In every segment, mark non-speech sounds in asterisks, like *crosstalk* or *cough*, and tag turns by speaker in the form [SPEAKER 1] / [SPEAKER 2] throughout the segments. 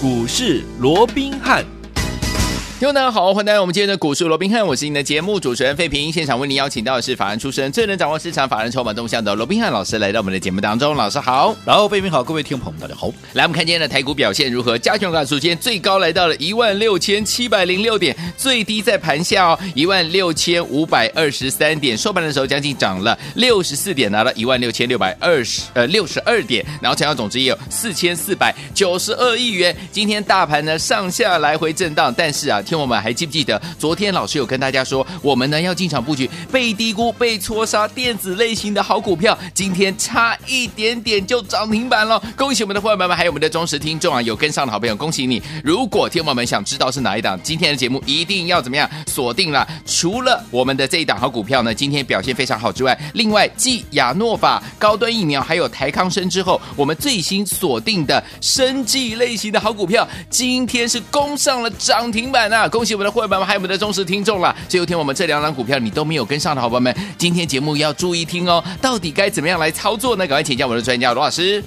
[SPEAKER 1] 股市罗宾汉。
[SPEAKER 2] 听众大家好，欢迎来到我们今天的股市罗宾汉，我是您的节目主持人费平。现场为您邀请到的是法案出身、最能掌握市场法人筹码动向的罗宾汉老师，来到我们的节目当中。老师好，
[SPEAKER 3] 然后，贝明好，各位听众朋友们，大家好。
[SPEAKER 2] 来我们看今天的台股表现如何？加权指数今天最高来到了一万六千七百零六点，最低在盘下哦一万六千五百二十三点，收盘的时候将近涨了六十四点，拿到一万六千六百二十呃六十二点，然后成交总值也有四千四百九十二亿元。今天大盘呢上下来回震荡，但是啊，听我们还记不记得昨天老师有跟大家说，我们呢要进场布局被低估、被错杀电子类型的好股票，今天差一点点就涨停板了。恭喜我们的伙伴们，还有我们的忠实听众啊，有跟上的好朋友，恭喜你！如果听众们想知道是哪一档，今天的节目一定要怎么样锁定了。除了我们的这一档好股票呢，今天表现非常好之外，另外继亚诺法、高端疫苗还有台康生之后，我们最新锁定的生技类型的好股票，今天是攻上了涨停板啊！恭喜我们的会员们，还有我们的忠实听众啦！最后天我们这两档股票你都没有跟上的好朋友们，今天节目要注意听哦，到底该怎么样来操作呢？赶快请教我们的专家罗老师。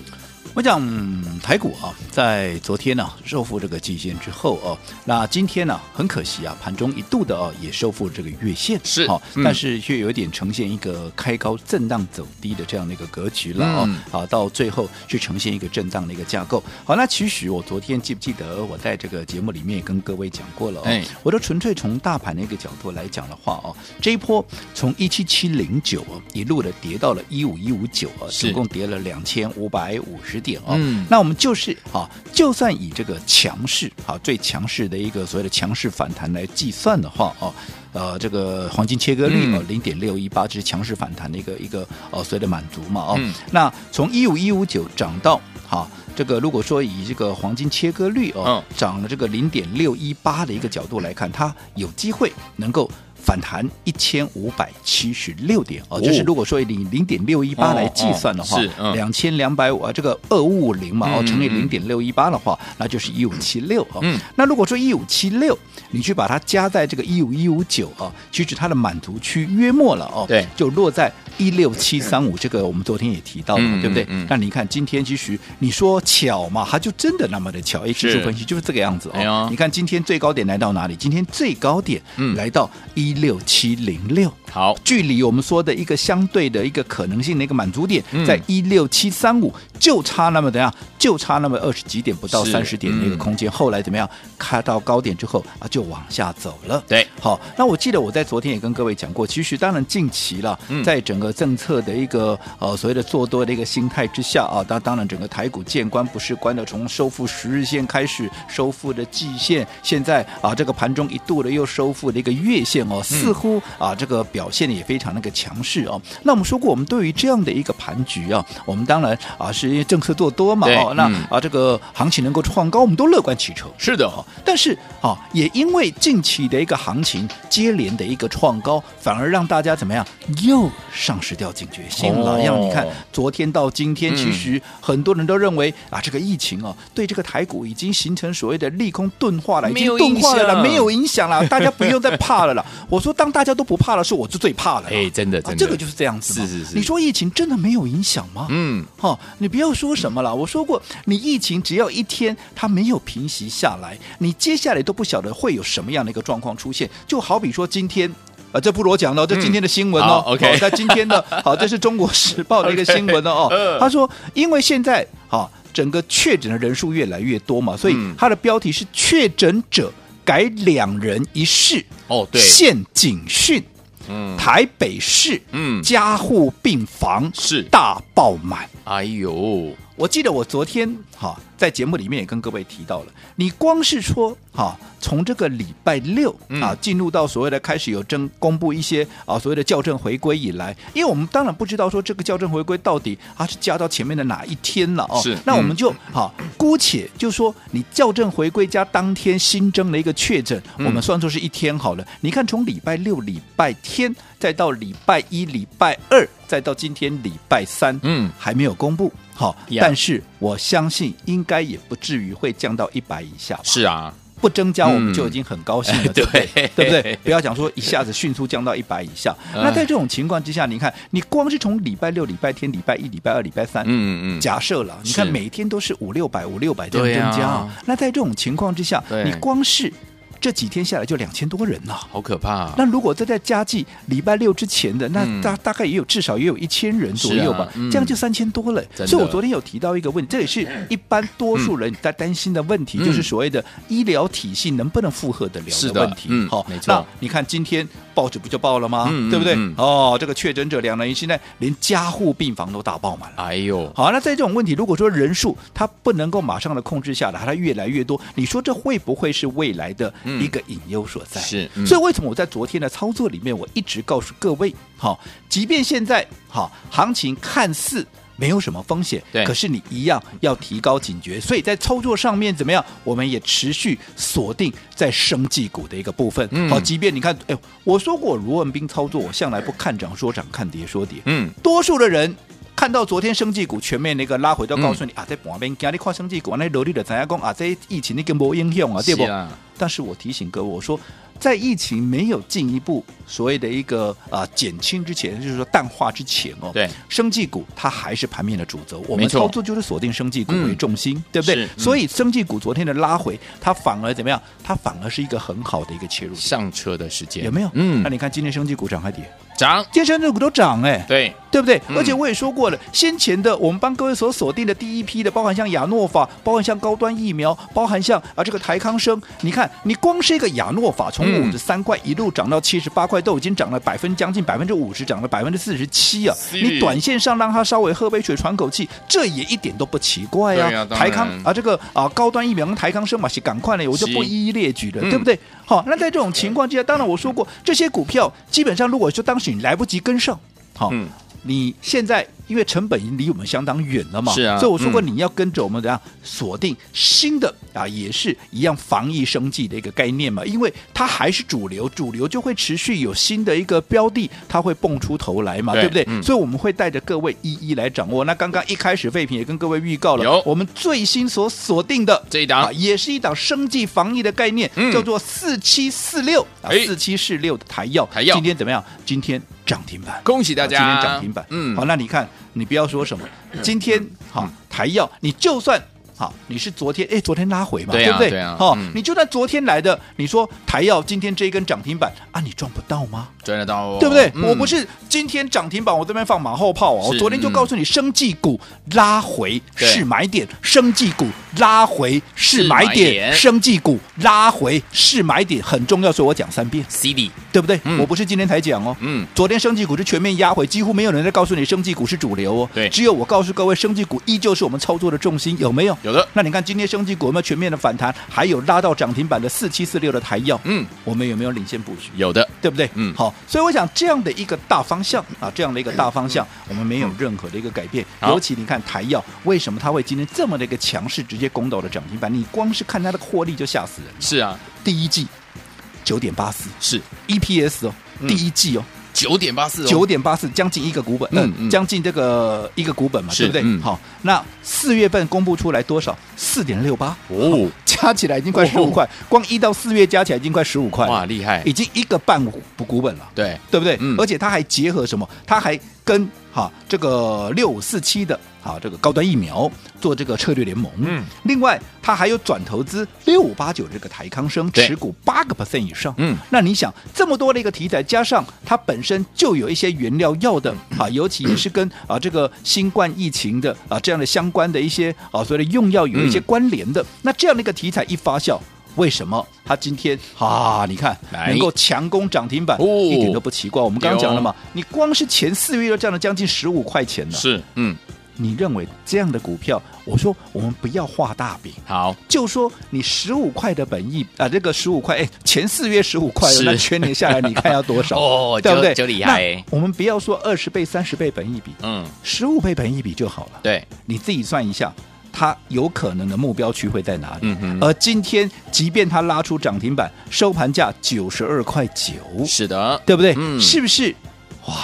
[SPEAKER 3] 我讲嗯台股啊，在昨天呢、收复这个季线之后哦、那今天呢、很可惜啊，盘中一度的哦、也收复这个月线，
[SPEAKER 2] 是
[SPEAKER 3] 好、
[SPEAKER 2] 嗯
[SPEAKER 3] 但是却有一点呈现一个开高震荡走低的这样的一个格局了哦
[SPEAKER 2] 嗯。
[SPEAKER 3] 好、到最后是呈现一个震荡的一个架构。好，那其实我昨天记不记得我在这个节目里面也跟各位讲过了哦，
[SPEAKER 2] 哎
[SPEAKER 3] 我都纯粹从大盘的一个角度来讲的话哦，这一波从一七七零九哦一路的跌到了一五一五九哦，
[SPEAKER 2] 是
[SPEAKER 3] 总共跌了两千五百五十点哦。
[SPEAKER 2] 嗯
[SPEAKER 3] 那我们就是啊，就算以这个强势啊最强势的一个所谓的强势反弹来计算的话哦。呃，这个黄金切割率
[SPEAKER 2] 嗯
[SPEAKER 3] 哦，零点六一八，这是强势反弹的一个一个呃所谓的满足嘛哦。
[SPEAKER 2] 嗯
[SPEAKER 3] 那从一五一五九涨到好、这个如果说以这个黄金切割率哦，
[SPEAKER 2] 嗯
[SPEAKER 3] 涨了这个零点六一八的一个角度来看，它有机会能够。反弹一千五百七十六点哦，
[SPEAKER 2] 哦
[SPEAKER 3] 就是如果说以零点六一八来计算的话
[SPEAKER 2] 哦哦是，嗯
[SPEAKER 3] 两千两百五啊，这个二五五零嘛，哦
[SPEAKER 2] 嗯
[SPEAKER 3] 乘以
[SPEAKER 2] 嗯
[SPEAKER 3] 零点六一八的话，那就是一五七六哦。
[SPEAKER 2] 嗯
[SPEAKER 3] 那如果说一五七六，你去把它加在这个一五一五九啊，其实它的满足区约莫了哦，
[SPEAKER 2] 对
[SPEAKER 3] 就落在一六七三五，这个我们昨天也提到了嘛，
[SPEAKER 2] 嗯
[SPEAKER 3] 对不对？
[SPEAKER 2] 嗯嗯
[SPEAKER 3] 那你看今天其实你说巧嘛，它就真的那么的巧，哎，技术
[SPEAKER 2] 是
[SPEAKER 3] 分析就是这个样子哦。
[SPEAKER 2] 哎呦
[SPEAKER 3] 你看今天最高点来到哪里？今天最高点
[SPEAKER 2] 嗯
[SPEAKER 3] 来到一六七零六。
[SPEAKER 2] 好，
[SPEAKER 3] 距离我们说的一个相对的一个可能性的一个满足点，
[SPEAKER 2] 嗯
[SPEAKER 3] 在一六七三五，就差那么怎样，就差那么二十几点，不到
[SPEAKER 2] 是
[SPEAKER 3] 三十点的一个
[SPEAKER 2] 嗯
[SPEAKER 3] 空间。后来怎么样，开到高点之后啊，就往下走了。
[SPEAKER 2] 对，
[SPEAKER 3] 好，那我记得我在昨天也跟各位讲过，其实当然近期了，
[SPEAKER 2] 嗯
[SPEAKER 3] 在整个政策的一个呃所谓的做多的一个心态之下啊，当当然整个台股见关不是关的，从收复十日线开始，收复的季线，现在啊这个盘中一度的又收复了一个月线哦，
[SPEAKER 2] 嗯
[SPEAKER 3] 似乎啊这个表现得也非常那个强势哦。那我们说过，我们对于这样的一个盘局啊，我们当然啊是因为政策做多嘛
[SPEAKER 2] 对
[SPEAKER 3] 哦，那、
[SPEAKER 2] 嗯
[SPEAKER 3] 啊这个行情能够创高，我们都乐观其成。
[SPEAKER 2] 是的，
[SPEAKER 3] 但是啊，也因为近期的一个行情接连的一个创高，反而让大家怎么样又丧失掉警觉性了。
[SPEAKER 2] 哦
[SPEAKER 3] 让你看昨天到今天，
[SPEAKER 2] 嗯
[SPEAKER 3] 其实很多人都认为啊，这个疫情哦，对这个台股已经形成所谓的利空钝化了，已
[SPEAKER 2] 没
[SPEAKER 3] 经
[SPEAKER 2] 有
[SPEAKER 3] 钝化了
[SPEAKER 2] 影响
[SPEAKER 3] 啦，没有影响了，大家不用再怕了啦。我说，当大家都不怕的时候，我就最怕了啦。
[SPEAKER 2] 哎，真的，
[SPEAKER 3] 啊
[SPEAKER 2] 真的，
[SPEAKER 3] 这个就是这样子嘛。
[SPEAKER 2] 是是是
[SPEAKER 3] 你说疫情真的没有影响吗？
[SPEAKER 2] 嗯，
[SPEAKER 3] 哦，你不要说什么了，我说过，你疫情只要一天它没有平息下来，你接下来都不晓得会有什么样的一个状况出现。就好比说今天。啊，这不罗讲的哦，这今天的新闻哦。
[SPEAKER 2] 嗯好，OK
[SPEAKER 3] 好那今天的，好，这是中国时
[SPEAKER 2] *laughs*
[SPEAKER 3] 报的一个新闻哦。
[SPEAKER 2] 嗯
[SPEAKER 3] 哦，他说，因为现在好、整个确诊的人数越来越多嘛，所以
[SPEAKER 2] 嗯
[SPEAKER 3] 它的标题是“确诊者改两人一室
[SPEAKER 2] 哦，对，
[SPEAKER 3] 现警讯”，
[SPEAKER 2] 嗯
[SPEAKER 3] 台北市
[SPEAKER 2] 嗯，
[SPEAKER 3] 加护病房
[SPEAKER 2] 是，
[SPEAKER 3] 大爆满。
[SPEAKER 2] 哎呦，
[SPEAKER 3] 我记得我昨天哈、在节目里面也跟各位提到了，你光是说哈、从这个礼拜六、
[SPEAKER 2] 嗯
[SPEAKER 3] 啊进入到所谓的开始有征公布一些啊所谓的校正回归以来，因为我们当然不知道说这个校正回归到底它是加到前面的哪一天了哦，
[SPEAKER 2] 是
[SPEAKER 3] 那我们
[SPEAKER 2] 嗯
[SPEAKER 3] 就好、姑且就说你校正回归加当天新增的一个确诊，
[SPEAKER 2] 嗯
[SPEAKER 3] 我们算作是一天好了。你看从礼拜六、礼拜天，再到礼拜一、礼拜二，再到今天礼拜三，
[SPEAKER 2] 嗯，
[SPEAKER 3] 还没有公布，好
[SPEAKER 2] Yeah
[SPEAKER 3] 但是我相信应该也不至于会降到一百以下吧。
[SPEAKER 2] 是啊，
[SPEAKER 3] 不增加，我们
[SPEAKER 2] 嗯
[SPEAKER 3] 就已经很高兴了，
[SPEAKER 2] *laughs* 对
[SPEAKER 3] 不对？对不对？不要讲说一下子迅速降到一百以下。
[SPEAKER 2] 嗯
[SPEAKER 3] 那在这种情况之下，你看，你光是从礼拜六、礼拜天、礼拜一、礼拜二、礼拜三，
[SPEAKER 2] 嗯嗯嗯，
[SPEAKER 3] 假设了，你看
[SPEAKER 2] 是
[SPEAKER 3] 每天都是五六百、五六百这
[SPEAKER 2] 对
[SPEAKER 3] 样
[SPEAKER 2] 啊
[SPEAKER 3] 增加、那在这种情况之下
[SPEAKER 2] 对，
[SPEAKER 3] 你光是这几天下来就两千多人了、
[SPEAKER 2] 好可怕啊，
[SPEAKER 3] 那如果这在加计礼拜六之前的，那
[SPEAKER 2] 嗯
[SPEAKER 3] 大大概也有至少也有一千人左右吧，
[SPEAKER 2] 是啊嗯
[SPEAKER 3] 这样就三千多了。
[SPEAKER 2] 真的
[SPEAKER 3] 所以我昨天有提到一个问题，这也是一般多数人在担心的问题，
[SPEAKER 2] 嗯
[SPEAKER 3] 就是所谓的医疗体系能不能负荷得了
[SPEAKER 2] 是的
[SPEAKER 3] 问题。
[SPEAKER 2] 嗯
[SPEAKER 3] 好、
[SPEAKER 2] 没错
[SPEAKER 3] 那你看今天报纸不就报了吗？
[SPEAKER 2] 嗯嗯
[SPEAKER 3] 对不对、
[SPEAKER 2] 嗯
[SPEAKER 3] 哦，这个确诊者两人现在连加护病房都大爆满了。
[SPEAKER 2] 哎呦，
[SPEAKER 3] 好，那在这种问题，如果说人数它不能够马上的控制下来，它越来越多，你说这会不会是未来的一个隐忧所在？
[SPEAKER 2] 嗯是嗯
[SPEAKER 3] 所以为什么我在昨天的操作里面，我一直告诉各位，好、即便现在好、行情看似。没有什么风险，
[SPEAKER 2] 对
[SPEAKER 3] 可是你一样要提高警觉，所以在操作上面怎么样？我们也持续锁定在生技股的一个部分。
[SPEAKER 2] 嗯
[SPEAKER 3] 好，即便你看，哎，我说过罗文斌操作，我向来不看涨说涨，看跌说跌。
[SPEAKER 2] 嗯，
[SPEAKER 3] 多数的人看到昨天生技股全面那个拉回，都告诉
[SPEAKER 2] 嗯
[SPEAKER 3] 你、啊，在旁边今天看生技股，那楼里的咱家讲啊，这疫情你跟没影响啊，对不
[SPEAKER 2] 是？啊
[SPEAKER 3] 但是我提醒各位，我说在疫情没有进一步所谓的一个啊、减轻之前，就是说淡化之前哦，
[SPEAKER 2] 对，
[SPEAKER 3] 生技股它还是盘面的主轴，我
[SPEAKER 2] 没
[SPEAKER 3] 们
[SPEAKER 2] 错
[SPEAKER 3] 操作就是锁定生技股为重心，对不
[SPEAKER 2] 是
[SPEAKER 3] 对
[SPEAKER 2] 嗯？
[SPEAKER 3] 所以生技股昨天的拉回，它反而怎么样？它反而是一个很好的一个切入点，
[SPEAKER 2] 上车的时间
[SPEAKER 3] 有没有？
[SPEAKER 2] 嗯
[SPEAKER 3] 那，你看今天生技股涨还跌，
[SPEAKER 2] 涨，
[SPEAKER 3] 今天生技股都涨哎、
[SPEAKER 2] 对，
[SPEAKER 3] 对不对？
[SPEAKER 2] 嗯
[SPEAKER 3] 而且我也说过了，先前的我们帮各位所锁定的第一批的，包含像亚诺法，包含像高端疫苗，包含像啊这个台康生，你看，你光是一个亚诺法，从
[SPEAKER 2] 嗯
[SPEAKER 3] 五十三块一路涨到七十八块，都已经涨了百分将近百分之五十，涨了百分之四十七啊！
[SPEAKER 2] 是
[SPEAKER 3] 你短线上让它稍微喝杯水喘口气，这也一点都不奇怪
[SPEAKER 2] 对啊
[SPEAKER 3] 啊。
[SPEAKER 2] 当然
[SPEAKER 3] 台康啊这个啊高端疫苗跟台康生嘛是赶快了，我就不
[SPEAKER 2] 是
[SPEAKER 3] 一一列举了，
[SPEAKER 2] 嗯
[SPEAKER 3] 对不对？好，那在这种情况之下，当然我说过，这些股票基本上如果说当时你来不及跟上，好。
[SPEAKER 2] 嗯，
[SPEAKER 3] 你现在因为成本已经离我们相当远了嘛，
[SPEAKER 2] 是啊
[SPEAKER 3] 所以我说过
[SPEAKER 2] 嗯
[SPEAKER 3] 你要跟着我们怎样锁定新的啊，也是一样防疫生计的一个概念嘛，因为它还是主流，主流就会持续有新的一个标的，它会蹦出头来嘛，
[SPEAKER 2] 对
[SPEAKER 3] 对不对？
[SPEAKER 2] 嗯
[SPEAKER 3] 所以我们会带着各位一一来掌握。那刚刚一开始废品也跟各位预告
[SPEAKER 2] 有
[SPEAKER 3] 了，我们最新所锁定的
[SPEAKER 2] 这一档
[SPEAKER 3] 啊也是一档生计防疫的概念，
[SPEAKER 2] 嗯
[SPEAKER 3] 叫做四七四六啊，
[SPEAKER 2] 哎
[SPEAKER 3] 四七四六的台药，
[SPEAKER 2] 台药
[SPEAKER 3] 今天怎么样？今天涨停板。
[SPEAKER 2] 恭喜大家，
[SPEAKER 3] 啊今天涨停板。
[SPEAKER 2] 嗯，
[SPEAKER 3] 好，那你看，你不要说什么，今天好台药，你就算。好，你是昨天哎，昨天拉回嘛，
[SPEAKER 2] 对啊
[SPEAKER 3] 不对？
[SPEAKER 2] 对啊
[SPEAKER 3] 好
[SPEAKER 2] 嗯
[SPEAKER 3] 你就算昨天来的，你说台药今天这一根涨停板啊，你赚不到吗？
[SPEAKER 2] 赚得到哦，
[SPEAKER 3] 对不对？
[SPEAKER 2] 嗯
[SPEAKER 3] 我不是今天涨停板，我这边放马后炮哦。
[SPEAKER 2] 是
[SPEAKER 3] 我昨天就告诉你，生技股拉回
[SPEAKER 2] 对
[SPEAKER 3] 是买点，生技股拉回是买
[SPEAKER 2] 是买点
[SPEAKER 3] 点，生技股拉回是买点，很重要，所以我讲三遍，
[SPEAKER 2] CD，
[SPEAKER 3] 对不对？
[SPEAKER 2] 嗯
[SPEAKER 3] 我不是今天才讲哦，
[SPEAKER 2] 嗯，
[SPEAKER 3] 昨天生技股是全面压回，几乎没有人在告诉你生技股是主流哦。
[SPEAKER 2] 对
[SPEAKER 3] 只有我告诉各位，生技股依旧是我们操作的重心，有没有？
[SPEAKER 2] 有的，
[SPEAKER 3] 那你看今天生技股有没有全面的反弹？还有拉到涨停板的四七四六的台药，
[SPEAKER 2] 嗯，
[SPEAKER 3] 我们有没有领先布局？
[SPEAKER 2] 有的，
[SPEAKER 3] 对不对？
[SPEAKER 2] 嗯
[SPEAKER 3] 好，所以我想这样的一个大方向啊，这样的一个大方向，我们没有任何的一个改变。
[SPEAKER 2] 嗯好
[SPEAKER 3] 尤其你看台药，为什么它会今天这么的一个强势，直接攻到了涨停板？你光是看它的获利就吓死人了。
[SPEAKER 2] 是啊，
[SPEAKER 3] 第一季九点八四
[SPEAKER 2] 是
[SPEAKER 3] EPS 哦，
[SPEAKER 2] 嗯
[SPEAKER 3] 第一季哦，
[SPEAKER 2] 九点八四，
[SPEAKER 3] 九点八四，将近一个股本，
[SPEAKER 2] 嗯
[SPEAKER 3] 嗯，
[SPEAKER 2] 嗯
[SPEAKER 3] 将近这个一个股本嘛，
[SPEAKER 2] 是
[SPEAKER 3] 对不对？
[SPEAKER 2] 嗯
[SPEAKER 3] 好，那四月份公布出来多少？四点六八，
[SPEAKER 2] 哦，
[SPEAKER 3] 加起来已经快十五块，光一到四月加起来已经快十五块，
[SPEAKER 2] 哇，厉害
[SPEAKER 3] 已，经一个半股股本了。
[SPEAKER 2] 对，
[SPEAKER 3] 对不对？
[SPEAKER 2] 嗯
[SPEAKER 3] 而且它还结合什么？它还跟哈、这个六五四七的哈、这个高端疫苗做这个策略联盟。
[SPEAKER 2] 嗯，
[SPEAKER 3] 另外它还有转投资六五八九这个台康生
[SPEAKER 2] 对
[SPEAKER 3] 持股八个 percent 以上。
[SPEAKER 2] 嗯，
[SPEAKER 3] 那你想这么多的一个题材，加上它本身就有一些原料药的啊，
[SPEAKER 2] 嗯
[SPEAKER 3] 尤其也是跟啊这个新冠疫情的啊这样的相关的一些啊所谓的用药有一些
[SPEAKER 2] 嗯
[SPEAKER 3] 关联的，那这样的一个题材一发酵。为什么它今天啊？你看
[SPEAKER 2] 来
[SPEAKER 3] 能够强攻涨停板，
[SPEAKER 2] 哦
[SPEAKER 3] 一点都不奇怪。我们刚刚讲了嘛，你光是前四个月就赚了将近十五块钱呢。
[SPEAKER 2] 是，嗯，
[SPEAKER 3] 你认为这样的股票，我说我们不要画大饼，
[SPEAKER 2] 好，
[SPEAKER 3] 就说你十五块的本益啊，这个十五块，哎，前四月十五块哦
[SPEAKER 2] 是，
[SPEAKER 3] 那全年下来你看要多
[SPEAKER 2] *laughs*
[SPEAKER 3] 少？
[SPEAKER 2] 哦
[SPEAKER 3] 对不
[SPEAKER 2] 就
[SPEAKER 3] 对？
[SPEAKER 2] 就厉害欸
[SPEAKER 3] 那我们不要说二十倍、三十倍本益比，
[SPEAKER 2] 嗯，
[SPEAKER 3] 十五倍本益比就好了。
[SPEAKER 2] 对，
[SPEAKER 3] 你自己算一下，它有可能的目标区会在哪里？
[SPEAKER 2] 嗯哼
[SPEAKER 3] 而今天，即便它拉出涨停板，收盘价九十二块九，
[SPEAKER 2] 是的，
[SPEAKER 3] 对不对？
[SPEAKER 2] 嗯
[SPEAKER 3] 是不是？哇，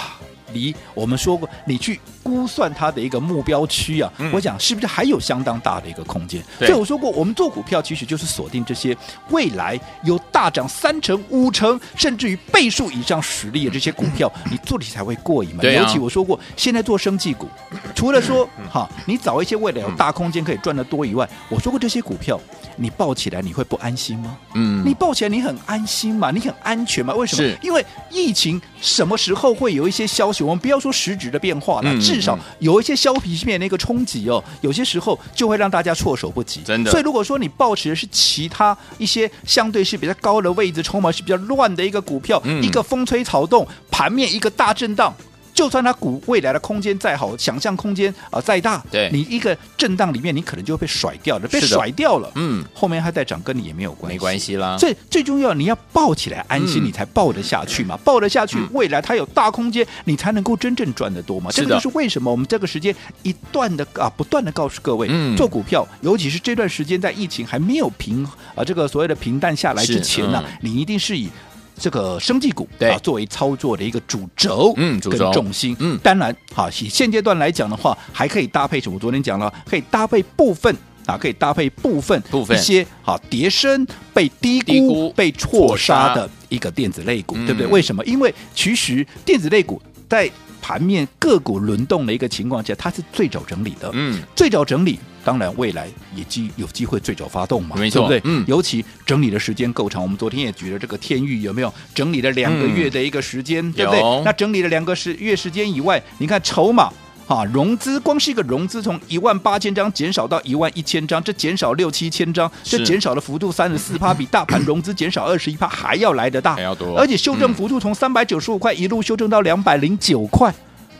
[SPEAKER 3] 离我们说过，你去估算它的一个目标区啊，
[SPEAKER 2] 嗯
[SPEAKER 3] 我想是不是还有相当大的一个空间？
[SPEAKER 2] 对
[SPEAKER 3] 所以我说过，我们做股票其实就是锁定这些未来有大涨三成、五成，甚至于倍数以上实力的这些股
[SPEAKER 2] *laughs*
[SPEAKER 3] 票，你做起才会过瘾嘛。
[SPEAKER 2] 对啊嗯
[SPEAKER 3] 尤其我说过，现在做生技股，除了说哈，你找一些未来有大空间可以赚得多以外，我说过这些股票，你抱起来你会不安心吗？
[SPEAKER 2] 嗯
[SPEAKER 3] 你抱起来你很安心嘛，你很安全嘛？为什么
[SPEAKER 2] 是？
[SPEAKER 3] 因为疫情什么时候会有一些消息？我们不要说实质的变化了，
[SPEAKER 2] 嗯嗯
[SPEAKER 3] 至少
[SPEAKER 2] 嗯
[SPEAKER 3] 有一些消息面的一个冲击哦，有些时候就会让大家措手不及。
[SPEAKER 2] 真的
[SPEAKER 3] 所以如果说你抱持的是其他一些相对是比较高的位置，筹码是比较乱的一个股票，
[SPEAKER 2] 嗯
[SPEAKER 3] 一个风吹草动，盘面一个大震荡。就算它股未来的空间再好，想象空间啊、呃再大，
[SPEAKER 2] 对
[SPEAKER 3] 你一个震荡里面，你可能就会被甩掉了，被
[SPEAKER 2] 是的
[SPEAKER 3] 甩掉了，
[SPEAKER 2] 嗯，
[SPEAKER 3] 后面它再涨跟你也没有关系，
[SPEAKER 2] 没关系啦，
[SPEAKER 3] 所以最重要，你要抱起来安心，
[SPEAKER 2] 啊嗯
[SPEAKER 3] 你才抱得下去嘛。抱得下去，未来它有大空间，你才能够真正赚得多嘛。
[SPEAKER 2] 是
[SPEAKER 3] 这
[SPEAKER 2] 的
[SPEAKER 3] 个就是为什么我们这个时间一段的啊，不断的告诉各位
[SPEAKER 2] 嗯，
[SPEAKER 3] 做股票，尤其是这段时间在疫情还没有平啊这个所谓的平淡下来之
[SPEAKER 2] 是
[SPEAKER 3] 前呢
[SPEAKER 2] 嗯，
[SPEAKER 3] 你一定是以。这个生技股
[SPEAKER 2] 对
[SPEAKER 3] 啊，作为操作的一个主轴，
[SPEAKER 2] 嗯主
[SPEAKER 3] 跟
[SPEAKER 2] 轴
[SPEAKER 3] 重心，
[SPEAKER 2] 嗯
[SPEAKER 3] 当然，好，以现阶段来讲的话，还可以搭配什么？昨天讲了，可以搭配部分啊，可以搭配部分
[SPEAKER 2] 部分
[SPEAKER 3] 一些好叠升被低
[SPEAKER 2] 低
[SPEAKER 3] 低
[SPEAKER 2] 估
[SPEAKER 3] 估、被
[SPEAKER 2] 错
[SPEAKER 3] 错
[SPEAKER 2] 杀
[SPEAKER 3] 杀的一个电子类股，
[SPEAKER 2] 嗯
[SPEAKER 3] 对不对？为什么？因为其实电子类股在盘面个股轮动的一个情况下，它是最早整理的，
[SPEAKER 2] 嗯，
[SPEAKER 3] 最早整理。当然，未来也机有机会最早发动嘛，
[SPEAKER 2] 没错
[SPEAKER 3] 对不对？
[SPEAKER 2] 嗯
[SPEAKER 3] 尤其整理的时间够长，我们昨天也举了这个天域有没有整理了两个月的一个时间，对不
[SPEAKER 2] 嗯
[SPEAKER 3] 对
[SPEAKER 2] 有？
[SPEAKER 3] 那整理了两个时月时间以外，你看筹码。啊，融资光是一个融资从一万八千张减少到一万一千张，这减少六七千张，这
[SPEAKER 2] 是
[SPEAKER 3] 减少的幅度三十四趴，比大盘融资减少二十一趴还要来得大，
[SPEAKER 2] 还要多
[SPEAKER 3] 啊而且修正幅度从三百九十五块一路修正到两百零九块。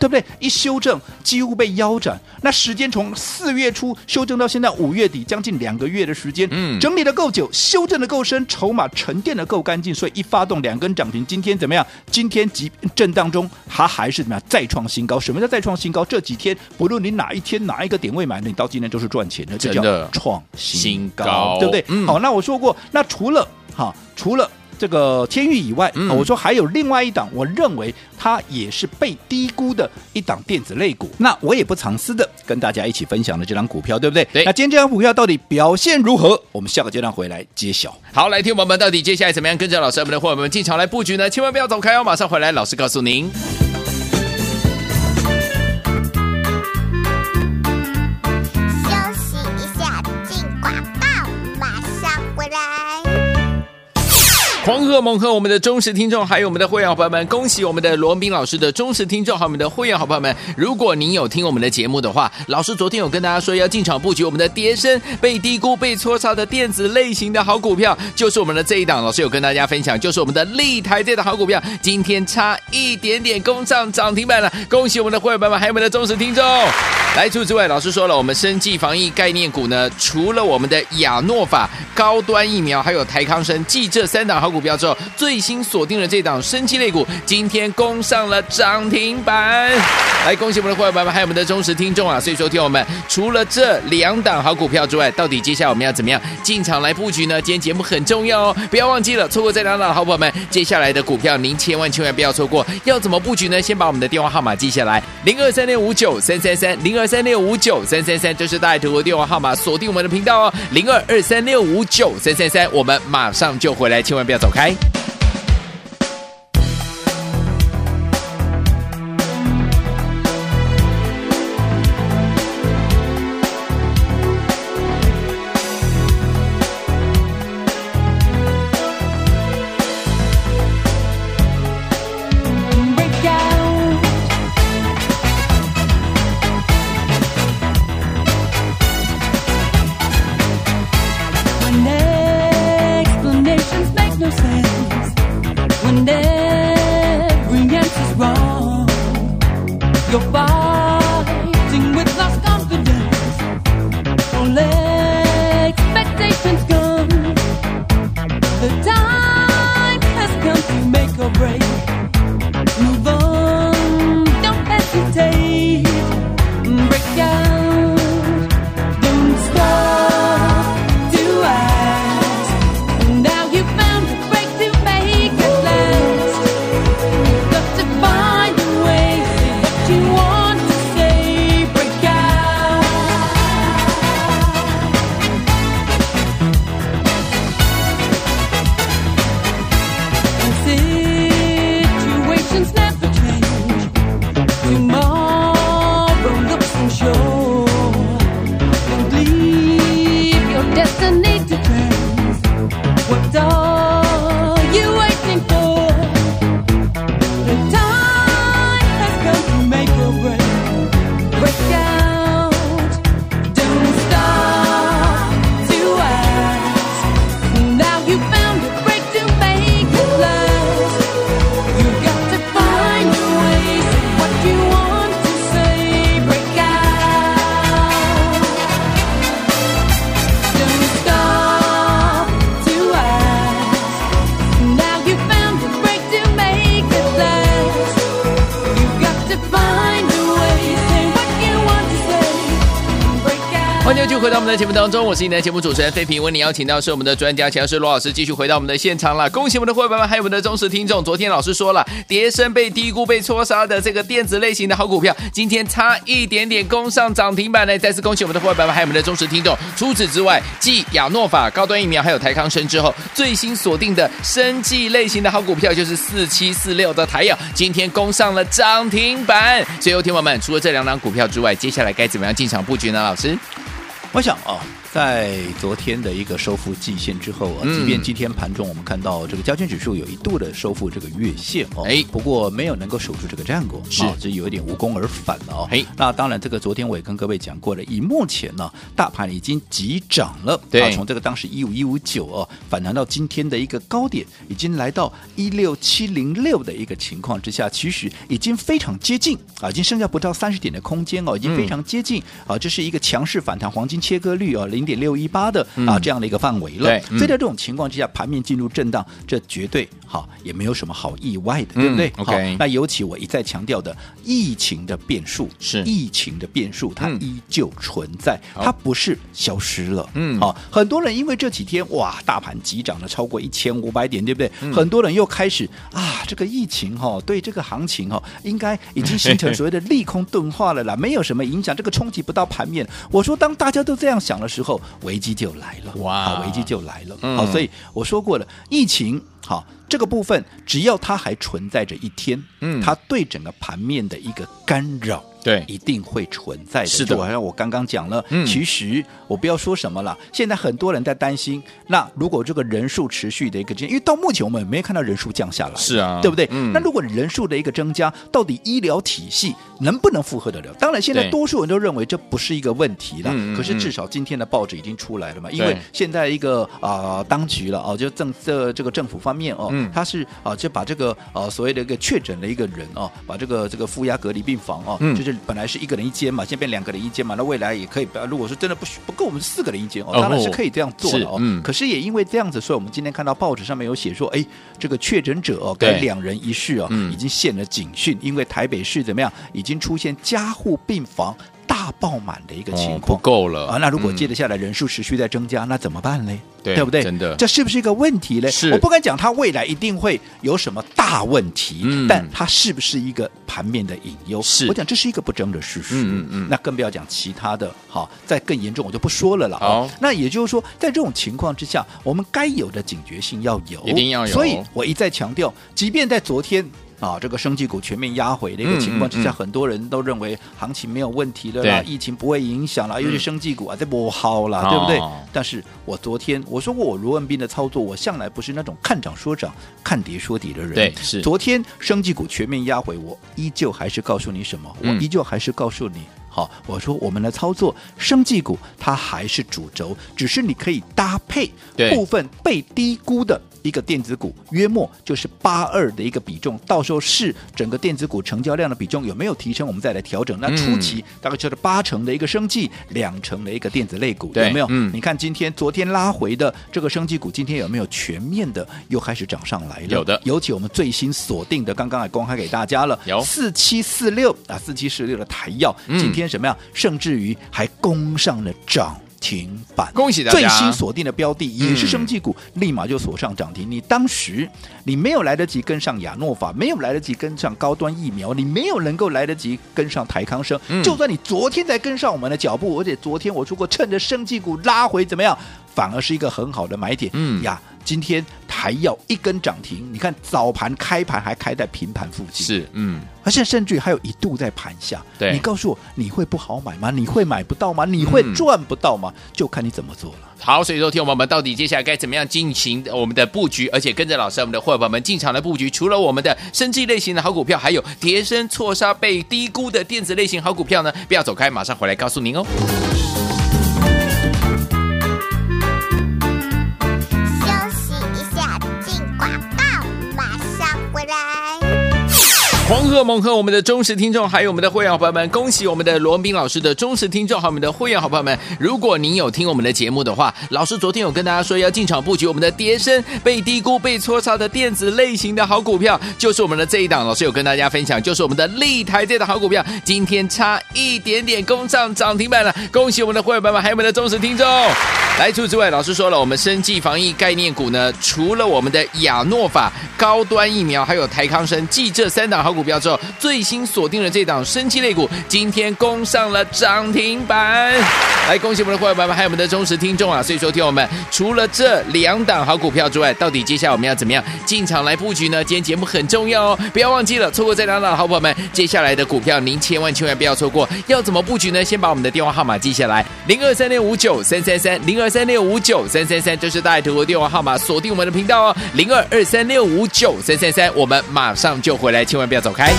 [SPEAKER 3] 对不对？一修正几乎被腰斩，那时间从四月初修正到现在五月底，将近两个月的时间，
[SPEAKER 2] 嗯
[SPEAKER 3] 整理的够久，修正的够深，筹码沉淀的够干净，所以一发动两根涨停，今天怎么样？今天即震荡中，它还是怎么样再创新高？什么叫再创新高？这几天不论你哪一天哪一个点位买的，你到今天都是赚钱的，这
[SPEAKER 2] 真的
[SPEAKER 3] 叫创
[SPEAKER 2] 新
[SPEAKER 3] 新高，
[SPEAKER 2] 高
[SPEAKER 3] 对不对？
[SPEAKER 2] 嗯
[SPEAKER 3] 好，那我说过，那除了哈、除了这个天域以外、
[SPEAKER 2] 嗯
[SPEAKER 3] 啊我说还有另外一档，我认为它也是被低估的一档电子类股。那我也不藏私的跟大家一起分享了这档股票，对不对？
[SPEAKER 2] 对
[SPEAKER 3] 那今天这档股票到底表现如何？我们下个阶段回来揭晓。
[SPEAKER 2] 好，来听我们到底接下来怎么样跟着老师我们的伙伴们进场来布局呢？千万不要走开哦，马上回来，老师告诉您。
[SPEAKER 4] 休息一下，进广告，马上回来。
[SPEAKER 2] 狂贺猛贺我们的忠实听众，还有我们的会员好朋友们，恭喜我们的罗文斌老师的忠实听众，还有我们的会员好朋友们。如果您有听我们的节目的话，老师昨天有跟大家说要进场布局我们的跌升、被低估、被错杀的电子类型的好股票，就是我们的这一档，老师有跟大家分享，就是我们的立台这档好股票，今天差一点点攻上涨停板了，恭喜我们的会员朋友们，还有我们的忠实听众。来，除此之外，老师说了，我们生计防疫概念股呢，除了我们的亚诺法高端疫苗，还有台康生，继这三档好股票之后，最新锁定了这档生计类股，今天攻上了涨停板。来，恭喜我们的伙伴们，还有我们的忠实听众啊！所以说，听我们除了这两档好股票之外，到底接下来我们要怎么样进场来布局呢？今天节目很重要哦，不要忘记了，错过这两档好朋友们，接下来的股票您千万千万不要错过。要怎么布局呢？先把我们的电话号码记下来，零二三六五九三三三，零二三六五九三三三，这是大爱图的电话号码，锁定我们的频道哦，零二二三六五九三三三，我们马上就回来，千万不要走开。
[SPEAKER 5] Explanations make no sense.
[SPEAKER 2] 欢迎继续回到我们的节目当中，我是你的节目主持人飞平，为你邀请到是我们的专家强师罗老师，继续回到我们的现场了。恭喜我们的伙伴们，还有我们的忠实听众。昨天老师说了，跌升被低估、被戳杀的这个电子类型的好股票，今天差一点点攻上涨停板呢。再次恭喜我们的伙伴们，还有我们的忠实听众。除此之外，继亚诺法、高端疫苗还有台康生之后，最新锁定的生技类型的好股票就是四七四六的台药，今天攻上了涨停板。所以，有听友们，除了这两档股票之外，接下来该怎么样进场布局呢？老师？
[SPEAKER 3] 我想啊、在昨天的一个收复季线之后啊，
[SPEAKER 2] 嗯
[SPEAKER 3] 即便今天盘中我们看到这个加权指数有一度的收复这个月线哦，
[SPEAKER 2] 哎
[SPEAKER 3] 不过没有能够守住这个战果，
[SPEAKER 2] 是
[SPEAKER 3] 啊这有一点无功而返了哦。
[SPEAKER 2] 哎
[SPEAKER 3] 那当然，这个昨天我也跟各位讲过了，以目前呢、大盘已经急涨了，
[SPEAKER 2] 对
[SPEAKER 3] 啊从这个当时一五一五九哦，反弹到今天的一个高点，已经来到一六七零六的一个情况之下，其实已经非常接近啊，已经剩下不到三十点的空间哦，已经
[SPEAKER 2] 嗯
[SPEAKER 3] 非常接近、啊，这是一个强势反弹黄金切割率哦，零点六一八的啊、这样的一个范围了
[SPEAKER 2] 嗯对。嗯
[SPEAKER 3] 所以在这种情况之下，盘面进入震荡，这绝对好也没有什么好意外的，对不对
[SPEAKER 2] 嗯，OK
[SPEAKER 3] 好那尤其我一再强调的疫情的变数
[SPEAKER 2] 是
[SPEAKER 3] 疫情的变数，它
[SPEAKER 2] 嗯
[SPEAKER 3] 依旧存在，
[SPEAKER 2] 好
[SPEAKER 3] 它不是消失了。
[SPEAKER 2] 嗯
[SPEAKER 3] 好、很多人因为这几天哇，大盘急涨了超过一千五百点，对不对？
[SPEAKER 2] 嗯
[SPEAKER 3] 很多人又开始啊，这个疫情哈、哦，对这个行情哈、哦，应该已经形成所谓的利空钝化了啦，没有什么影响，这个冲击不到盘面。我说，当大家都这样想的时候，危机就来了。
[SPEAKER 2] 哇
[SPEAKER 3] 好危机就来了。
[SPEAKER 2] 嗯
[SPEAKER 3] 好，所以我说过了，疫情好这个部分，只要它还存在着一天，
[SPEAKER 2] 嗯
[SPEAKER 3] 它对整个盘面的一个干扰。
[SPEAKER 2] 对
[SPEAKER 3] 一定会存在的。
[SPEAKER 2] 是的
[SPEAKER 3] 就好像我刚刚讲了，
[SPEAKER 2] 嗯
[SPEAKER 3] 其实我不要说什么了。现在很多人在担心，那如果这个人数持续的一个增，因为到目前我们也没看到人数降下来，
[SPEAKER 2] 是啊
[SPEAKER 3] 对不对？
[SPEAKER 2] 嗯
[SPEAKER 3] 那如果人数的一个增加，到底医疗体系能不能负荷得了？当然，现在
[SPEAKER 2] 对
[SPEAKER 3] 多数人都认为这不是一个问题了。
[SPEAKER 2] 嗯嗯
[SPEAKER 3] 可是
[SPEAKER 2] 嗯
[SPEAKER 3] 至少今天的报纸已经出来了嘛，因
[SPEAKER 2] 对
[SPEAKER 3] 为现在一个啊、当局了哦、就政这这个政府方面哦，
[SPEAKER 2] 嗯
[SPEAKER 3] 他是啊、就把这个呃所谓的一个确诊的一个人哦，把这个这个负压隔离病房哦，
[SPEAKER 2] 嗯
[SPEAKER 3] 就是本来是一个人一间嘛，现在变两个人一间嘛，那未来也可以，呃如果说真的不需不够我们四个人一间哦，
[SPEAKER 2] 哦
[SPEAKER 3] 当然是可以这样做的哦。
[SPEAKER 2] 是嗯
[SPEAKER 3] 可是也因为这样子，所以我们今天看到报纸上面有写说，哎，这个确诊者哦，
[SPEAKER 2] 对
[SPEAKER 3] 改两人一室哦，
[SPEAKER 2] 嗯
[SPEAKER 3] 已经现了警讯，因为台北市怎么样，已经出现加护病房大爆满的一个情
[SPEAKER 2] 哦不
[SPEAKER 3] 况。
[SPEAKER 2] 够了
[SPEAKER 3] 啊，那如果
[SPEAKER 2] 嗯
[SPEAKER 3] 接着下来人数持续在增加，那怎么办嘞？
[SPEAKER 2] 对
[SPEAKER 3] 不对？
[SPEAKER 2] 真的
[SPEAKER 3] 这是不是一个问题嘞？
[SPEAKER 2] 是
[SPEAKER 3] 我不敢讲它未来一定会有什么大问题，
[SPEAKER 2] 嗯
[SPEAKER 3] 但它是不是一个盘面的隐忧？
[SPEAKER 2] 是
[SPEAKER 3] 我讲这是一个不争的事实。
[SPEAKER 2] 嗯嗯嗯
[SPEAKER 3] 那更不要讲其他的，好，再更严重我就不说了啦。
[SPEAKER 2] 好
[SPEAKER 3] 哦那也就是说，在这种情况之下，我们该有的警觉性要有，
[SPEAKER 2] 一定要有
[SPEAKER 3] 所以我一再强调，即便在昨天。啊，这个生技股全面压回的一个情况之
[SPEAKER 2] 嗯
[SPEAKER 3] 下，
[SPEAKER 2] 嗯嗯
[SPEAKER 3] 很多人都认为行情没有问题了啦，
[SPEAKER 2] 对嗯
[SPEAKER 3] 疫情不会影响了，尤其生技股啊，这不好啦，对不对？
[SPEAKER 2] 哦
[SPEAKER 3] 但是我昨天我说过，我罗文斌的操作，我向来不是那种看涨说涨、看跌说跌的人。
[SPEAKER 2] 对是
[SPEAKER 3] 昨天生技股全面压回，我依旧还是告诉你什么？我
[SPEAKER 2] 嗯
[SPEAKER 3] 依旧还是告诉你。好，我说我们的操作，生技股它还是主轴，只是你可以搭配
[SPEAKER 2] 对
[SPEAKER 3] 部分被低估的一个电子股，约莫就是八二的一个比重，到时候是整个电子股成交量的比重有没有提升，我们再来调整。那初
[SPEAKER 2] 嗯
[SPEAKER 3] 期大概就是八成的一个生技，两成的一个电子类股，
[SPEAKER 2] 对
[SPEAKER 3] 有没有？
[SPEAKER 2] 嗯
[SPEAKER 3] 你看今天、昨天拉回的这个生技股，今天有没有全面的又开始涨上来了？
[SPEAKER 2] 有的
[SPEAKER 3] 尤其我们最新锁定的，刚刚也公开给大家了，
[SPEAKER 2] 有
[SPEAKER 3] 四七四六啊，四七四六的台药，
[SPEAKER 2] 嗯
[SPEAKER 3] 今天什么呀？甚至于还攻上了涨。停板，
[SPEAKER 2] 恭喜大家嗯
[SPEAKER 3] 最新锁定的标的也是生技股，立马就锁上涨停。你当时你没有来得及跟上亚诺法，没有来得及跟上高端疫苗，你没有能够来得及跟上台康生。
[SPEAKER 2] 嗯
[SPEAKER 3] 就算你昨天才跟上我们的脚步，而且昨天我说过，趁着生技股拉回怎么样，反而是一个很好的买点。
[SPEAKER 2] 嗯
[SPEAKER 3] 呀，今天台药一根涨停，你看早盘开盘还开在平盘附近，
[SPEAKER 2] 是嗯，
[SPEAKER 3] 而且甚至于还有一度在盘下。
[SPEAKER 2] 对
[SPEAKER 3] 你告诉我，你会不好买吗？你会买不到吗？你会
[SPEAKER 2] 嗯
[SPEAKER 3] 赚不到吗？就看你怎么做了。
[SPEAKER 2] 好，所以说，听我们到底接下来该怎么样进行我们的布局，而且跟着老师我们的伙伴们进场的布局，除了我们的生技类型的好股票，还有跌升错杀被低估的电子类型好股票呢？不要走开，马上回来告诉您哦。
[SPEAKER 4] 休息一下，进广告，马上回来。
[SPEAKER 2] 黄鹤猛鹤，我们的忠实听众，还有我们的会员好朋友们，恭喜我们的罗文斌老师的忠实听众，还有我们的会员好朋友们。如果您有听我们的节目的话，老师昨天有跟大家说要进场布局我们的跌升、被低估、被错杀的电子类型的好股票，就是我们的这一档。老师有跟大家分享，就是我们的立台这档好股票，今天差一点点攻上涨停板了。恭喜我们的会员朋友们，还有我们的忠实听众。来，除此之外，老师说了，我们生技防疫概念股呢，除了我们的亚诺法高端疫苗，还有台康生，继这三档好股票之后，最新锁定了这档生技类股，今天攻上了涨停板。来，恭喜我们的伙伴们，还有我们的忠实听众啊！所以说，听我们，除了这两档好股票之外，到底接下来我们要怎么样进场来布局呢？今天节目很重要哦，不要忘记了，错过这两档好朋友们，接下来的股票您千万千万不要错过。要怎么布局呢？先把我们的电话号码记下来，零二三六五九三三三，零二三六五九三三三，这是大爱图的电话号码，锁定我们的频道哦，零二二三六五九三三三，我们马上就回来，千万不要走开。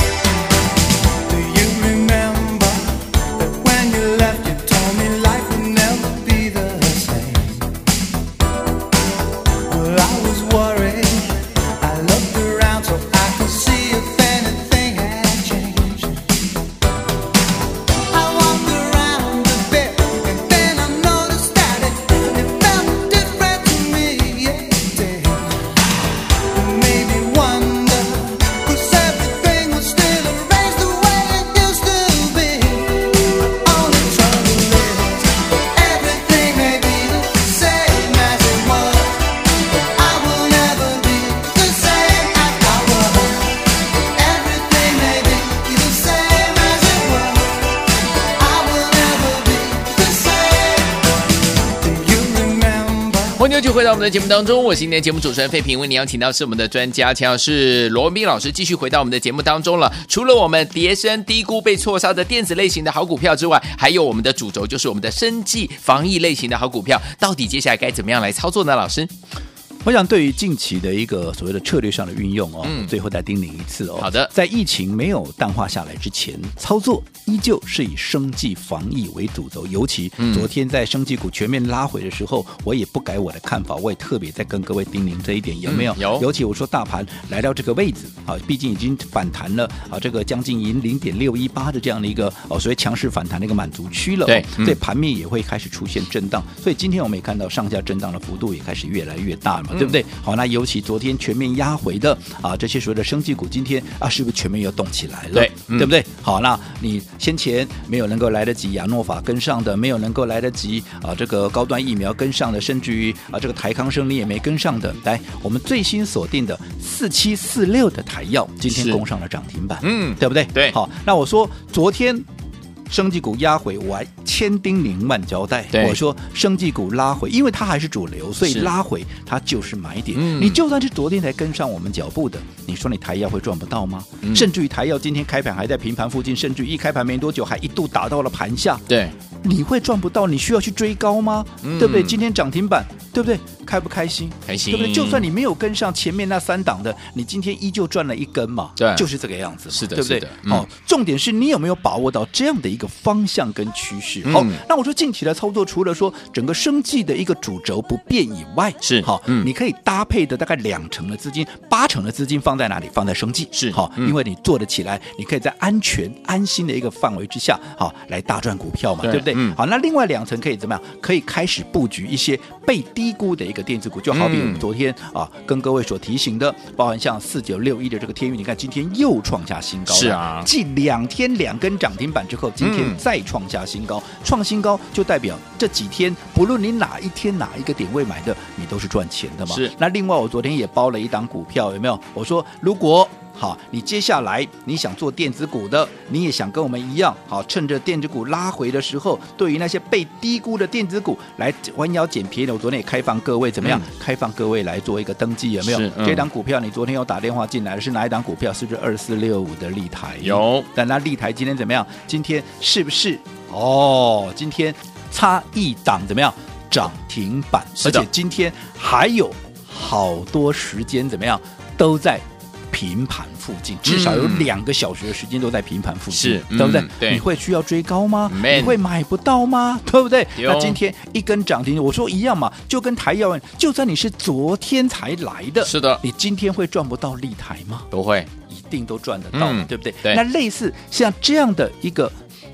[SPEAKER 5] Do you remember that when you left you told me life would never be the same? Well, I was worried. I looked around so I could see if anything had changed. I walked around a bit and then I noticed that it it felt different to me. Yeah, Maybe wonder, 'cause everything was still erased the way it used to be. Only trouble is, everything may be the same as it was, but I will never be the same as I was. Everything may be the same as it was, but I will never be the same. Do you remember?
[SPEAKER 2] 欢迎继续回到我们的节目当中，我是今天的节目主持人费平，为您邀请到是我们的专家，强是罗文斌老师，继续回到我们的节目当中了。除了我们跌升低估被错杀的电子类型的好股票之外，还有我们的主轴就是我们的生计防疫类型的好股票，到底接下来该怎么样来操作呢？老师，
[SPEAKER 3] 我想对于近期的一个所谓的策略上的运用哦，
[SPEAKER 2] 嗯
[SPEAKER 3] 最后再叮咛一次哦。
[SPEAKER 2] 好的
[SPEAKER 3] 在疫情没有淡化下来之前，操作依旧是以生计防疫为主轴。尤其
[SPEAKER 2] 嗯
[SPEAKER 3] 昨天在生计股全面拉回的时候，我也不改我的看法，我也特别在跟各位叮咛这一点，有没有？
[SPEAKER 2] 嗯有
[SPEAKER 3] 尤其我说大盘来到这个位置啊，毕竟已经反弹了啊，这个将近赢零点六一八的这样的一个哦，所谓强势反弹的一个满足区了、哦。
[SPEAKER 2] 对嗯
[SPEAKER 3] 所以盘面也会开始出现震荡。所以今天我们也看到上下震荡的幅度也开始越来越大
[SPEAKER 2] 嗯
[SPEAKER 3] 嘛，对不对？好，那尤其昨天全面压回的啊，这些所谓的生技股，今天啊是不是全面又动起来了？
[SPEAKER 2] 对嗯
[SPEAKER 3] 对不对？好，那你先前没有能够来得及亚诺法跟上的，没有能够来得及啊这个高端疫苗跟上的，甚至于啊这个台康生你也没跟上的，来，我们最新锁定的四七四六的台药，今
[SPEAKER 2] 是
[SPEAKER 3] 天攻上了涨停板，
[SPEAKER 2] 嗯
[SPEAKER 3] 对不对？
[SPEAKER 2] 对
[SPEAKER 3] 好，那我说昨天生技股压回，我还千叮咛万交代，
[SPEAKER 2] 对
[SPEAKER 3] 我说生技股拉回，因为它还是主流，所以
[SPEAKER 2] 是
[SPEAKER 3] 拉回它就是买点。
[SPEAKER 2] 嗯
[SPEAKER 3] 你就算是昨天才跟上我们脚步的，你说你台药会赚不到吗？
[SPEAKER 2] 嗯
[SPEAKER 3] 甚至于台药今天开盘还在平盘附近，甚至于一开盘没多久还一度打到了盘下，
[SPEAKER 2] 对，
[SPEAKER 3] 你会赚不到，你需要去追高吗？
[SPEAKER 2] 嗯
[SPEAKER 3] 对不对？今天涨停板，对不对？开不开心？
[SPEAKER 2] 开心
[SPEAKER 3] 对不对？就算你没有跟上前面那三档的，你今天依旧赚了一根嘛，
[SPEAKER 2] 对
[SPEAKER 3] 就是这个样子嘛，
[SPEAKER 2] 是的
[SPEAKER 3] 对不对？
[SPEAKER 2] 是的嗯
[SPEAKER 3] 哦，重点是你有没有把握到这样的一个方向跟趋势？
[SPEAKER 2] 嗯
[SPEAKER 3] 好，那我说近期的操作，除了说整个生计的一个主轴不变以外，
[SPEAKER 2] 是
[SPEAKER 3] 好，
[SPEAKER 2] 嗯
[SPEAKER 3] 你可以搭配的大概两成的资金，八成的资金放在哪里？放在生计
[SPEAKER 2] 是
[SPEAKER 3] 好，
[SPEAKER 2] 嗯
[SPEAKER 3] 因为你做得起来，你可以在安全安心的一个范围之下，好来大赚股票嘛。嘛
[SPEAKER 2] 对
[SPEAKER 3] 对不对？
[SPEAKER 2] 嗯
[SPEAKER 3] 好，那另外两层可以怎么样？可以开始布局一些被低估的一个电子股，就好比我
[SPEAKER 2] 嗯
[SPEAKER 3] 们昨天、啊跟各位所提醒的，包含像四九六一的这个天宇，你看今天又创下新高了，
[SPEAKER 2] 是啊
[SPEAKER 3] 继两天两根涨停板之后，今天
[SPEAKER 2] 嗯
[SPEAKER 3] 再创下新高，创新高就代表这几天不论你哪一天哪一个点位买的，你都是赚钱的嘛。
[SPEAKER 2] 是
[SPEAKER 3] 那另外我昨天也包了一档股票，有没有？我说如果好，你接下来你想做电子股的，你也想跟我们一样，好，趁着电子股拉回的时候，对于那些被低估的电子股来弯腰捡便宜的，我昨天也开放各位怎么样？开放各位来做一个登记，有没
[SPEAKER 2] 嗯
[SPEAKER 3] 有
[SPEAKER 2] 是？嗯
[SPEAKER 3] 这档股票你昨天有打电话进来的是哪一档股票？是不是二四六五的立台？
[SPEAKER 2] 有
[SPEAKER 3] 但那立台今天怎么样？今天是不是？哦，今天差一档怎么样？涨停板，
[SPEAKER 2] 是
[SPEAKER 3] 而
[SPEAKER 2] 的
[SPEAKER 3] 且今天还有好多时间怎么样？都在。平盘附近，至少有
[SPEAKER 2] 嗯
[SPEAKER 3] 两个小时的时间都在平盘附近，
[SPEAKER 2] 是嗯
[SPEAKER 3] 对不对？
[SPEAKER 2] 对
[SPEAKER 3] 你会需要追高吗？
[SPEAKER 2] Man
[SPEAKER 3] 你会买不到吗？对不对？
[SPEAKER 2] 对哦
[SPEAKER 3] 那今天一根涨停，我说一样嘛，就跟台药一样，就算你是昨天才来的，
[SPEAKER 2] 是的
[SPEAKER 3] 你今天会赚不到立台吗？
[SPEAKER 2] 都会
[SPEAKER 3] 一定都赚得到嘛，
[SPEAKER 2] 嗯
[SPEAKER 3] 对不对？
[SPEAKER 2] 对
[SPEAKER 3] 那类似像这样的一个。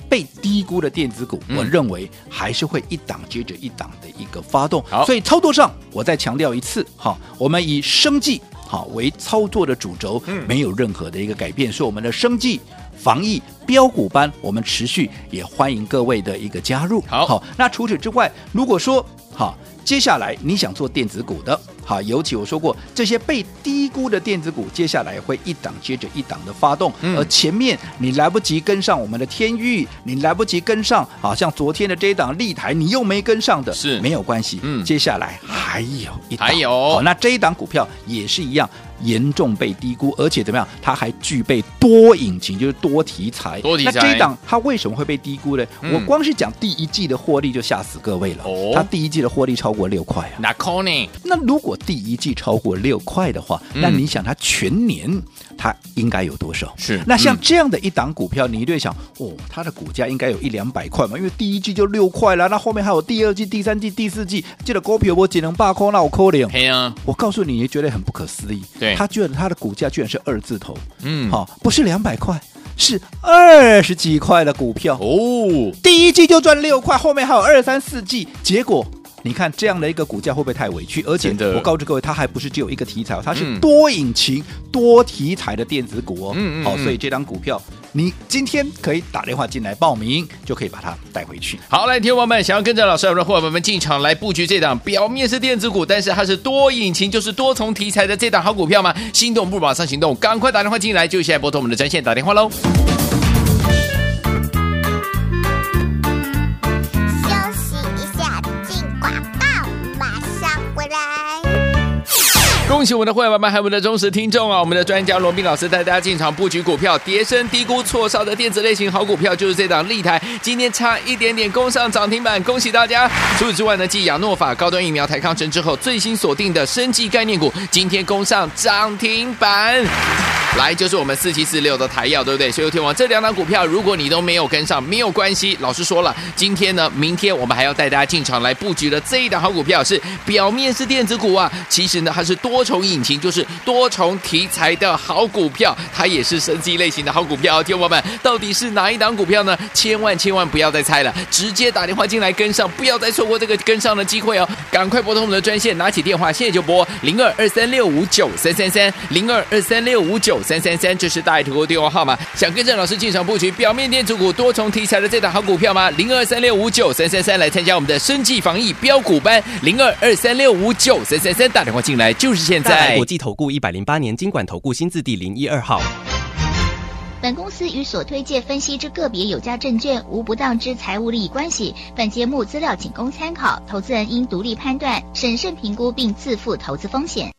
[SPEAKER 3] 被低估的电子股，
[SPEAKER 2] 嗯
[SPEAKER 3] 我认为还是会一档接着一档的一个发动
[SPEAKER 2] 好，
[SPEAKER 3] 所以操作上我再强调一次，好，我们以生计好为操作的主轴，
[SPEAKER 2] 嗯
[SPEAKER 3] 没有任何的一个改变，所以我们的生计、防疫、标股班，我们持续也欢迎各位的一个加入。
[SPEAKER 2] 好
[SPEAKER 3] 哦那除此之外，如果说好，接下来你想做电子股的，好，尤其我说过这些被低估的电子股，接下来会一档接着一档的发动，
[SPEAKER 2] 嗯
[SPEAKER 3] 而前面你来不及跟上我们的天域，你来不及跟上，好像昨天的这一档立台，你又没跟上的，
[SPEAKER 2] 是
[SPEAKER 3] 没有关系，
[SPEAKER 2] 嗯
[SPEAKER 3] 接下来还有一档，
[SPEAKER 2] 还有
[SPEAKER 3] 好，那这一档股票也是一样。严重被低估，而且怎么样？它还具备多引擎，就是多题材。
[SPEAKER 2] 多题材
[SPEAKER 3] 那这一档它为什么会被低估呢？
[SPEAKER 2] 嗯
[SPEAKER 3] 我光是讲第一季的获利就吓死各位了。
[SPEAKER 2] 哦
[SPEAKER 3] 它第一季的获利超过六块啊。
[SPEAKER 2] 那 c o n y
[SPEAKER 3] 那如果第一季超过六块的话，
[SPEAKER 2] 嗯
[SPEAKER 3] 那你想它全年它应该有多少？
[SPEAKER 2] 是
[SPEAKER 3] 那像
[SPEAKER 2] 嗯
[SPEAKER 3] 这样的一档股票，你一定会想，哦，它的股价应该有一两百块嘛，因为第一季就六块了，那后面还有第二季、第三季、第四季，这个股票我只能八块，那我扣零。
[SPEAKER 2] 嘿啊，
[SPEAKER 3] 我告诉你，你觉得很不可思议。
[SPEAKER 2] 对
[SPEAKER 3] 他觉得他的股价居然是二字头，
[SPEAKER 2] 嗯
[SPEAKER 3] 好、不是两百块，是二十几块的股票。
[SPEAKER 2] 哦，
[SPEAKER 3] 第一季就赚六块，后面还有二三四季，结果。你看这样的一个股价会不会太委屈？而且
[SPEAKER 2] 真的
[SPEAKER 3] 我告诉各位，它还不是只有一个题材哦，它是
[SPEAKER 2] 嗯
[SPEAKER 3] 多引擎、多题材的电子股哦。
[SPEAKER 2] 嗯嗯
[SPEAKER 3] 好，
[SPEAKER 2] 嗯
[SPEAKER 3] 所以这张股票你今天可以打电话进来报名，就可以把它带回去。
[SPEAKER 2] 好，来，听众朋友们，想要跟着老师和我们的伙伴们进场来布局这档表面是电子股，但是它是多引擎，就是多重题材的这档好股票吗？心动不马上行动，赶快打电话进来，就现在拨通我们的专线打电话喽。
[SPEAKER 4] 休息一下，进广告，马上回来。
[SPEAKER 2] 恭喜我们的会员们，还有我们的忠实听众啊！我们的专家罗斌老师带大家进场布局股票，跌升低估错杀的电子类型好股票就是这档立台，今天差一点点攻上涨停板，恭喜大家！除此之外呢，继亚诺法高端疫苗台康城之后，最新锁定的生技概念股今天攻上涨停板。来就是我们四七四六的台药，对不对？所以天王这两档股票，如果你都没有跟上，没有关系。老师说了，今天呢，明天我们还要带大家进场来布局的这一档好股票是表面是电子股啊，其实呢它是多重引擎，就是多重题材的好股票，它也是升级类型的好股票哦。天王们，到底是哪一档股票呢？千万千万不要再猜了，直接打电话进来跟上，不要再错过这个跟上的机会哦！赶快拨通我们的专线，拿起电话现在就拨零二二三六五九三三三零二二三六五九三三三，这是大爱投顾电话号码。想跟郑老师进场布局表面电子股多重题材的这档好股票吗？零二三六五九三三三来参加我们的生计防疫标股班，零二二三六五九三三三打电话进来就是现
[SPEAKER 6] 大来
[SPEAKER 2] 在
[SPEAKER 6] 国。际投顾一百零八年经管投顾新字第零一二号。
[SPEAKER 7] 本公司与所推介分析之个别有价证券无不当之财务利益关系。本节目资料仅供参考，投资人应独立判断、审慎评估并自负投资风险。